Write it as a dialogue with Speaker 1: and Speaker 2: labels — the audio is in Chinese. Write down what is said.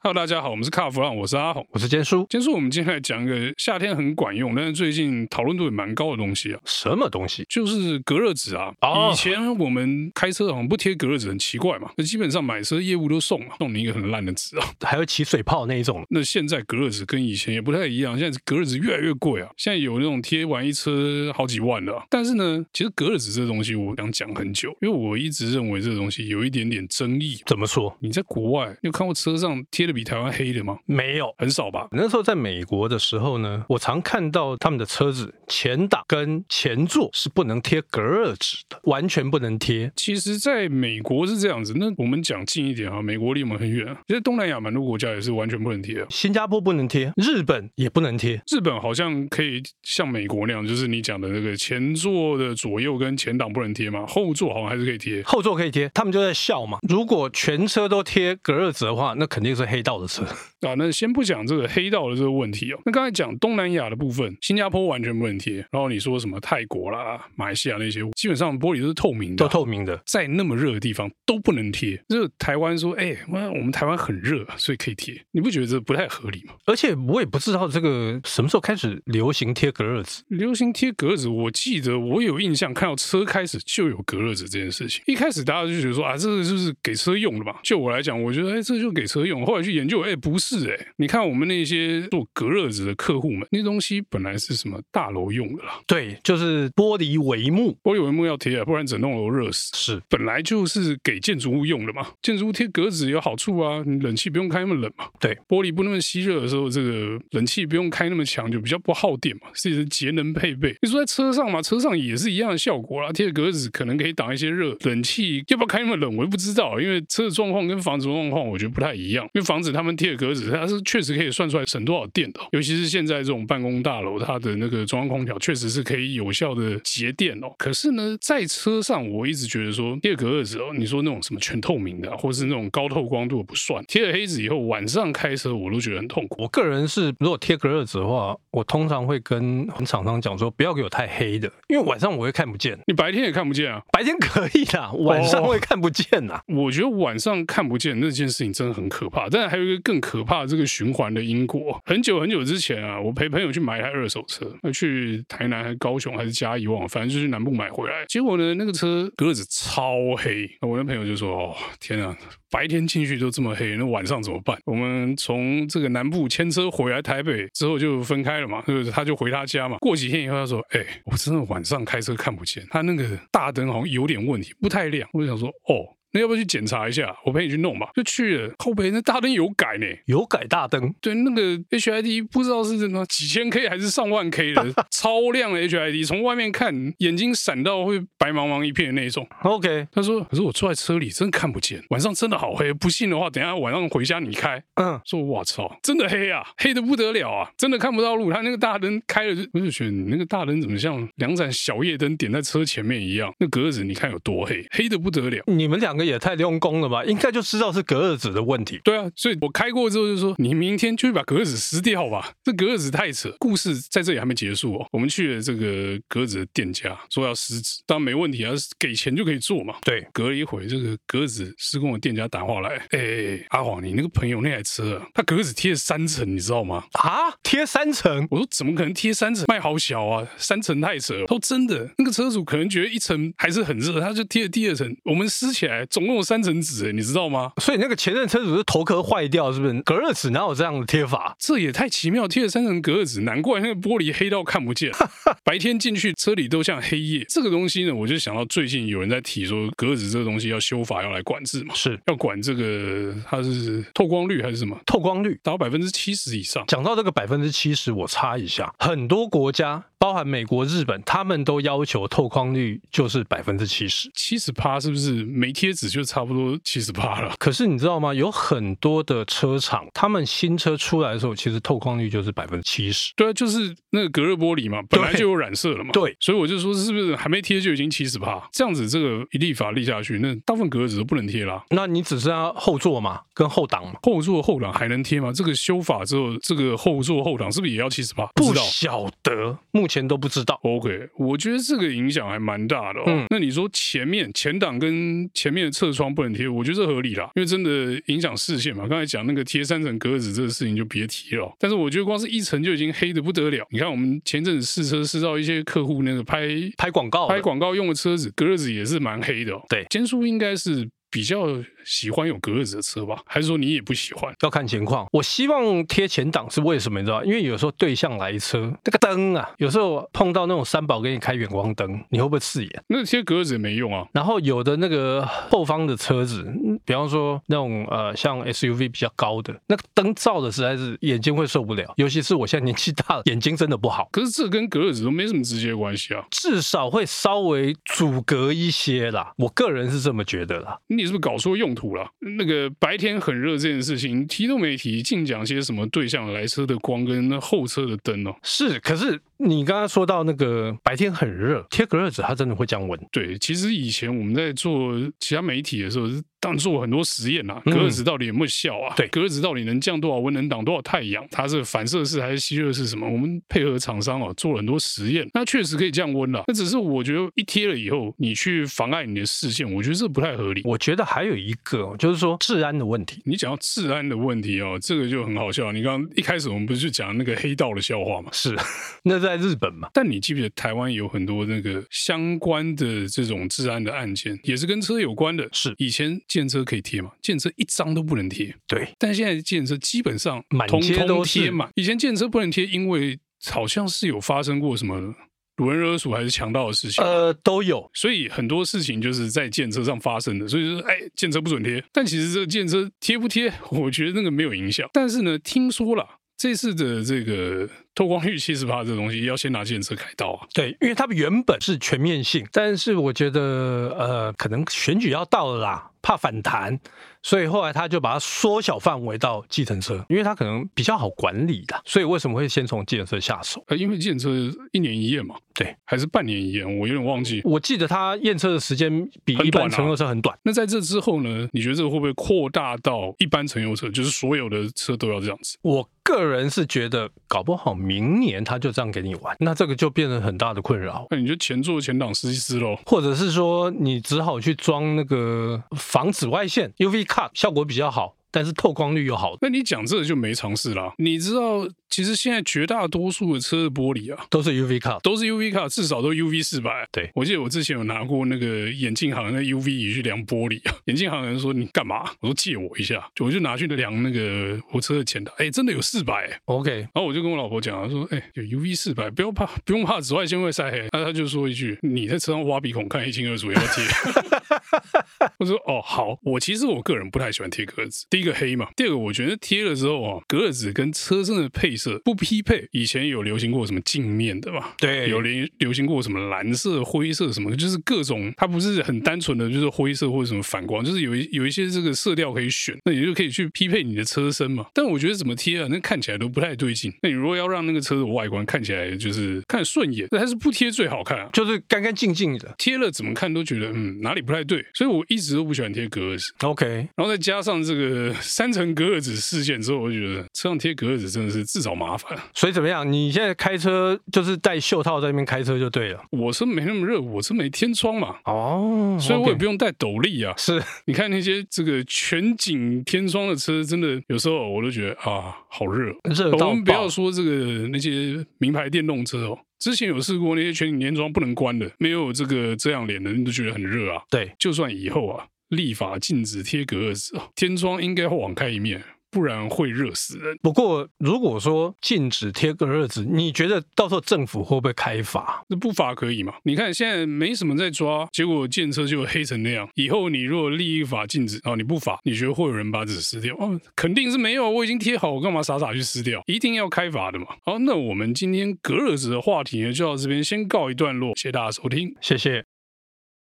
Speaker 1: Hello，大家好，我们是卡弗朗，我是阿红。
Speaker 2: 我是坚叔。
Speaker 1: 今天是我们今天来讲一个夏天很管用，但是最近讨论度也蛮高的东西啊，
Speaker 2: 什么东西？
Speaker 1: 就是隔热纸啊。
Speaker 2: 哦
Speaker 1: 以前我们开车好像不贴隔热纸，很奇怪嘛。那基本上买车业务都送嘛，送你一个很烂的纸啊。
Speaker 2: 还有起水泡那一种？
Speaker 1: 那现在隔热纸跟以前也不太一样，现在隔热纸越来越贵啊。现在有那种贴完一车好几万的啊、但是呢，其实隔热纸这东西我想讲很久，因为我一直认为这个东西有一点点争议。
Speaker 2: 怎么说？
Speaker 1: 你在国外，你有看过车上贴的比台湾黑的吗？
Speaker 2: 没有。
Speaker 1: 很少吧。
Speaker 2: 那时候在美国的时候呢，我常看到他们的车子前挡跟前座是不能贴隔热纸的，完全不能贴。
Speaker 1: 其实，在美国是这样子。那我们讲近一点啊，美国离我们很远啊。其实东南亚蛮多国家也是完全不能贴的。
Speaker 2: 新加坡不能贴，日本也不能贴。
Speaker 1: 日本好像可以像美国那样，就是你讲的那个前座的左右跟前挡不能贴嘛，后座好像还是可以贴。
Speaker 2: 后座可以贴，他们就在笑嘛。如果全车都贴隔热纸的话，那肯定是黑道的车。
Speaker 1: 啊，那先不讲这个黑道的这个问题哦。那刚才讲东南亚的部分，新加坡完全不能贴。然后你说什么泰国啦、马来西亚那些，基本上玻璃都是透明的
Speaker 2: 都
Speaker 1: 啊，
Speaker 2: 透明的。
Speaker 1: 在那么热的地方都不能贴。就是台湾说，哎、我们台湾很热，啊所以可以贴。你不觉得这不太合理吗？
Speaker 2: 而且我也不知道这个什么时候开始流行贴隔热纸，
Speaker 1: 流行贴隔热纸，我记得我有印象，看到车开始就有隔热纸这件事情。一开始大家就觉得说啊，这个就是给车用的嘛。就我来讲，我觉得哎、这就给车用。后来去研究，哎、不是哎、你看我们那些做隔热纸的客户们，那东西本来是什么大楼用的啦，
Speaker 2: 对，就是玻璃帷幕
Speaker 1: 我以为幕要贴啊，不然整栋楼热死。
Speaker 2: 是
Speaker 1: 本来就是给建筑物用的嘛，建筑物贴格子有好处啊，你冷气不用开那么冷嘛。
Speaker 2: 对，
Speaker 1: 玻璃不那么吸热的时候，这个冷气不用开那么强，就比较不耗电嘛，是一个节能配备。你说在车上嘛，车上也是一样的效果啦，贴格子可能可以挡一些热，冷气要不要开那么冷，我也不知道，因为车的状况跟房子的状况我觉得不太一样，因为房子他们贴的格子，它是确实可以算出来省多少电的哦、尤其是现在这种办公大楼，它的那个中央空调确实是可以有效的节电哦。可是呢，在车上我一直觉得说贴格子哦，你说那种什么全透明的、啊，或是那种高透光度的不算，贴了黑纸以后晚上开车我都觉得很痛苦。
Speaker 2: 我个人是，如果贴隔热纸的话，我通常会跟厂商讲说，不要给我太黑的，因为晚上我会看不见。
Speaker 1: 你白天也看不见啊，
Speaker 2: 白天可以啦，晚上会看不见啊啦。
Speaker 1: 我觉得晚上看不见那件事情真的很可怕，但还有一个更可怕的这个循环的因果。很久很久之前啊，我陪朋友去买一台二手车，那去台南、还是高雄还是嘉义，忘了，反正就去南部买回来。结果呢，那个车格子超黑，我那朋友就说：“哦，天啊，白天进去都这么黑，那晚上怎么办？”我们从这个南部牵车回来台北之后就分开了嘛，就是他就回他家嘛。过几天以后，他说：“哎、我真的晚上开车看不见，他那个大灯好像有点问题，不太亮。”我就想说：“哦。”那要不要去检查一下？我陪你去弄吧。就去了，靠北那大灯有改呢。
Speaker 2: 有改大灯，
Speaker 1: 对，那个 HID 不知道是什么几千 K 还是上万 K 的超亮的 HID，从外面看眼睛闪到会白茫茫一片的那一种。
Speaker 2: OK，
Speaker 1: 他说：“可是我坐在车里真看不见，晚上真的好黑。不信的话，等一下晚上回家你开。”
Speaker 2: 嗯，
Speaker 1: 说：“我操，真的黑啊，黑的不得了啊，真的看不到路。他那个大灯开了就，我就觉得你那个大灯怎么像两盏小夜灯点在车前面一样？那格子你看有多黑，黑的不得了。”
Speaker 2: 你们两个也太用功了吧？应该就知道是隔热纸的问题。
Speaker 1: 对啊，所以我开过之后就说，你明天就去把格子撕掉吧，这格子太扯。故事在这里还没结束哦，我们去了这个格子的店家，说要撕纸，当然没问题啊，给钱就可以做嘛。
Speaker 2: 对，
Speaker 1: 隔了一会，这个格子施工的店家打话来，哎、哎阿黄，你那个朋友那台车、啊，他格子贴了三层，你知道吗？
Speaker 2: 啊，贴三层，
Speaker 1: 我说怎么可能贴三层？卖好小啊，三层太扯了。他说真的，那个车主可能觉得一层还是很热，他就贴了第二层。我们撕起来总共有三层纸，欸你知道吗？
Speaker 2: 所以那个前任车主是头壳坏掉，是不是？隔热纸哪有这样的贴法？
Speaker 1: 这也太奇妙，贴了三层隔热纸，难怪那个玻璃黑到看不 见。白天进去车里都像黑夜。这个东西呢，我就想到最近有人在提说，隔热纸这个东西要修法，要来管制嘛，
Speaker 2: 是
Speaker 1: 要管这个它是透光率还是什么，
Speaker 2: 透光率。
Speaker 1: 达到百分之七十以上。
Speaker 2: 讲到这个百分之七十，我插一下，很多国家，包含美国、日本，他们都要求透光率就是百分之七十。
Speaker 1: 七十趴是不是没贴纸就差不多七十趴了？
Speaker 2: 可是你知道吗？有很多的车厂，他们新车出来的时候，其实透光率就是百分之七十。
Speaker 1: 对啊，就是那个隔热玻璃嘛，本来
Speaker 2: 对
Speaker 1: 就有染色了嘛。
Speaker 2: 对
Speaker 1: 所以我就说是不是还没贴就已经七十趴？这样子这个一立法立下去，那大部分隔热纸都不能贴啦。
Speaker 2: 那你只剩下后座嘛，跟后挡嘛，
Speaker 1: 后座后挡还能贴吗？这个修法之后，这个后座后挡是不是也要七十八？
Speaker 2: 不
Speaker 1: 知道。
Speaker 2: 晓得，目前都不知道。
Speaker 1: OK，我觉得这个影响还蛮大的哦。
Speaker 2: 嗯
Speaker 1: 那你说前面前挡跟前面的侧窗不能贴，我觉得这合理啦，因为真的影响视线嘛。刚才讲那个贴三层格子这个事情就别提了，但是我觉得光是一层就已经黑的不得了。你看我们前阵子试车试到一些客户那个拍
Speaker 2: 拍广告的
Speaker 1: 拍广告用的车子，隔热纸也是蛮黑的、哦。
Speaker 2: 对
Speaker 1: 坚叔应该是比较喜欢有隔热纸的车吧，还是说你也不喜欢？
Speaker 2: 要看情况。我希望贴前挡是为什么？你知道吗？因为有时候对向来车那个灯啊，有时候碰到那种三宝给你开远光灯，你会不会刺眼？
Speaker 1: 那贴隔热纸也没用啊。
Speaker 2: 然后有的那个后方的车子，嗯比方说那种呃像 SUV 比较高的，那个灯照的实在是眼睛会受不了，尤其是我现在年纪大了，眼睛真的不好，
Speaker 1: 可是这跟隔热纸都没什么直接关系啊。
Speaker 2: 至少会稍微阻隔一些啦。我个人是这么觉得啦。
Speaker 1: 你是不是搞错用途了？那个白天很热这件事情提都没提，净讲些什么对向来车的光跟那后车的灯哦。
Speaker 2: 是，可是你刚刚说到那个白天很热，贴隔热纸它真的会降温。
Speaker 1: 对，其实以前我们在做其他媒体的时候，是当然做过很多实验啊，
Speaker 2: 嗯
Speaker 1: 隔热纸到底有没有效啊？
Speaker 2: 对
Speaker 1: 隔热纸到底能降多少温，能挡多少太阳？它是反射式还是吸热式什么？我们配合厂商哦、做了很多实验，那确实可以降温了。那只是我觉得一贴了以后，你去妨碍你的视线，我觉得这不太合理。
Speaker 2: 我觉得还有一个哦就是说治安的问题。
Speaker 1: 你讲到治安的问题哦，这个就很好笑。你刚刚一开始我们不是就讲那个黑道的笑话吗？
Speaker 2: 是，那在日本嘛，
Speaker 1: 但你记不记得台湾有很多那个相关的这种治安的案件，也是跟车有关的。
Speaker 2: 是
Speaker 1: 以前建车可以贴嘛，建车一张都不能贴，
Speaker 2: 对，
Speaker 1: 但现在建车基本上
Speaker 2: 满
Speaker 1: 通
Speaker 2: 街都
Speaker 1: 通
Speaker 2: 是
Speaker 1: 贴嘛。以前建车不能贴，因为好像是有发生过什么掳人勒索还是强盗的事情。
Speaker 2: 呃，都有，
Speaker 1: 所以很多事情就是在建车上发生的，所以说，哎，建车不准贴。但其实这个建车贴不贴，我觉得那个没有影响。但是呢，听说了这次的这个透光率七十八这东西，要先拿建车开刀啊。
Speaker 2: 对，因为他们原本是全面性，但是我觉得呃，可能选举要到了啦，怕反弹，所以后来他就把它缩小范围到计程车，因为它可能比较好管理啦，所以为什么会先从计程车下手？
Speaker 1: 呃，因为建车一年一验嘛，
Speaker 2: 对，
Speaker 1: 还是半年一验，我有点忘记。
Speaker 2: 我记得它验车的时间比
Speaker 1: 很
Speaker 2: 一般
Speaker 1: 短啊
Speaker 2: 乘用车很短，
Speaker 1: 那在这之后呢？你觉得这个会不会扩大到一般乘用车，就是所有的车都要这样子？
Speaker 2: 我个人是觉得搞不好明年他就这样给你玩，那这个就变成很大的困扰。
Speaker 1: 那你就前座前挡司机师喽。
Speaker 2: 或者是说你只好去装那个防紫外线 UV cut，效果比较好，但是透光率又好，
Speaker 1: 那你讲这个就没常识啦。你知道，其实现在绝大多数的车的玻璃啊，
Speaker 2: 都是 UV cut。
Speaker 1: 都是 UV 卡，至少都 UV 四百。
Speaker 2: 对
Speaker 1: 我记得我之前有拿过那个眼镜行的 UV 仪去量玻璃啊， 眼镜行的人说你干嘛？我说借我一下，就我就拿去量那个我车的前挡，哎、真的有四百、欸。
Speaker 2: OK，
Speaker 1: 然后我就跟我老婆讲，她说：“哎、有 UV 四百，不要怕，不用怕紫外线会晒黑。”那她就说一句：“你在车上挖鼻孔看一清二楚，要不要贴？” 我说：“哦，好，我其实我个人不太喜欢贴格子，第一个黑嘛，第二个我觉得贴了之后啊，格子跟车身的配色不匹配。以前有流行过什么镜面的嘛，
Speaker 2: 对
Speaker 1: 有流流行过什么蓝色、灰色什么，就是各种，它不是很单纯的就是灰色或者什么反光，就是有一有一些这个色调可以选，那你就可以去匹配你的车身嘛。但我觉得怎么贴啊，那看起来都不太对劲。那你如果要让那个车的外观看起来就是看顺眼，那还是不贴最好看啊。
Speaker 2: 就是干干净净的。
Speaker 1: 贴了怎么看都觉得嗯哪里不太对，所以我一直都不喜欢贴格子。
Speaker 2: OK，
Speaker 1: 然后再加上这个 三层隔热纸事件之后，我就觉得车上贴隔热纸真的是自找麻烦。啊
Speaker 2: 所以怎么样？你现在开车就是戴袖套在那边开车就对了。
Speaker 1: 我车没那么热，我车没天窗嘛，
Speaker 2: 哦，
Speaker 1: 所以我也
Speaker 2: OK
Speaker 1: 不用戴斗笠啊。
Speaker 2: 是
Speaker 1: 你看那些这个全景天窗的车，真的有时候我都觉得啊，好热。
Speaker 2: 热
Speaker 1: 我
Speaker 2: 到
Speaker 1: 们不要
Speaker 2: 爆。
Speaker 1: 说这个那些名牌电动车哦，之前有试过那些全景天窗不能关的，没有这个遮阳帘的，你都觉得很热啊。
Speaker 2: 对，
Speaker 1: 就算以后啊，立法禁止贴隔热纸哦，天窗应该网开一面，不然会热死人。
Speaker 2: 不过如果说禁止贴隔热纸，你觉得到时候政府会不会开罚？
Speaker 1: 那不罚可以嘛？你看现在没什么在抓，结果建车就黑成那样。以后你如果立法禁止啊、哦，你不罚，你觉得会有人把纸撕掉？哦，肯定是没有，我已经贴好，我干嘛傻傻去撕掉？一定要开罚的嘛。好，那我们今天隔热纸的话题呢，就到这边先告一段落，谢谢大家收听。
Speaker 2: 谢谢。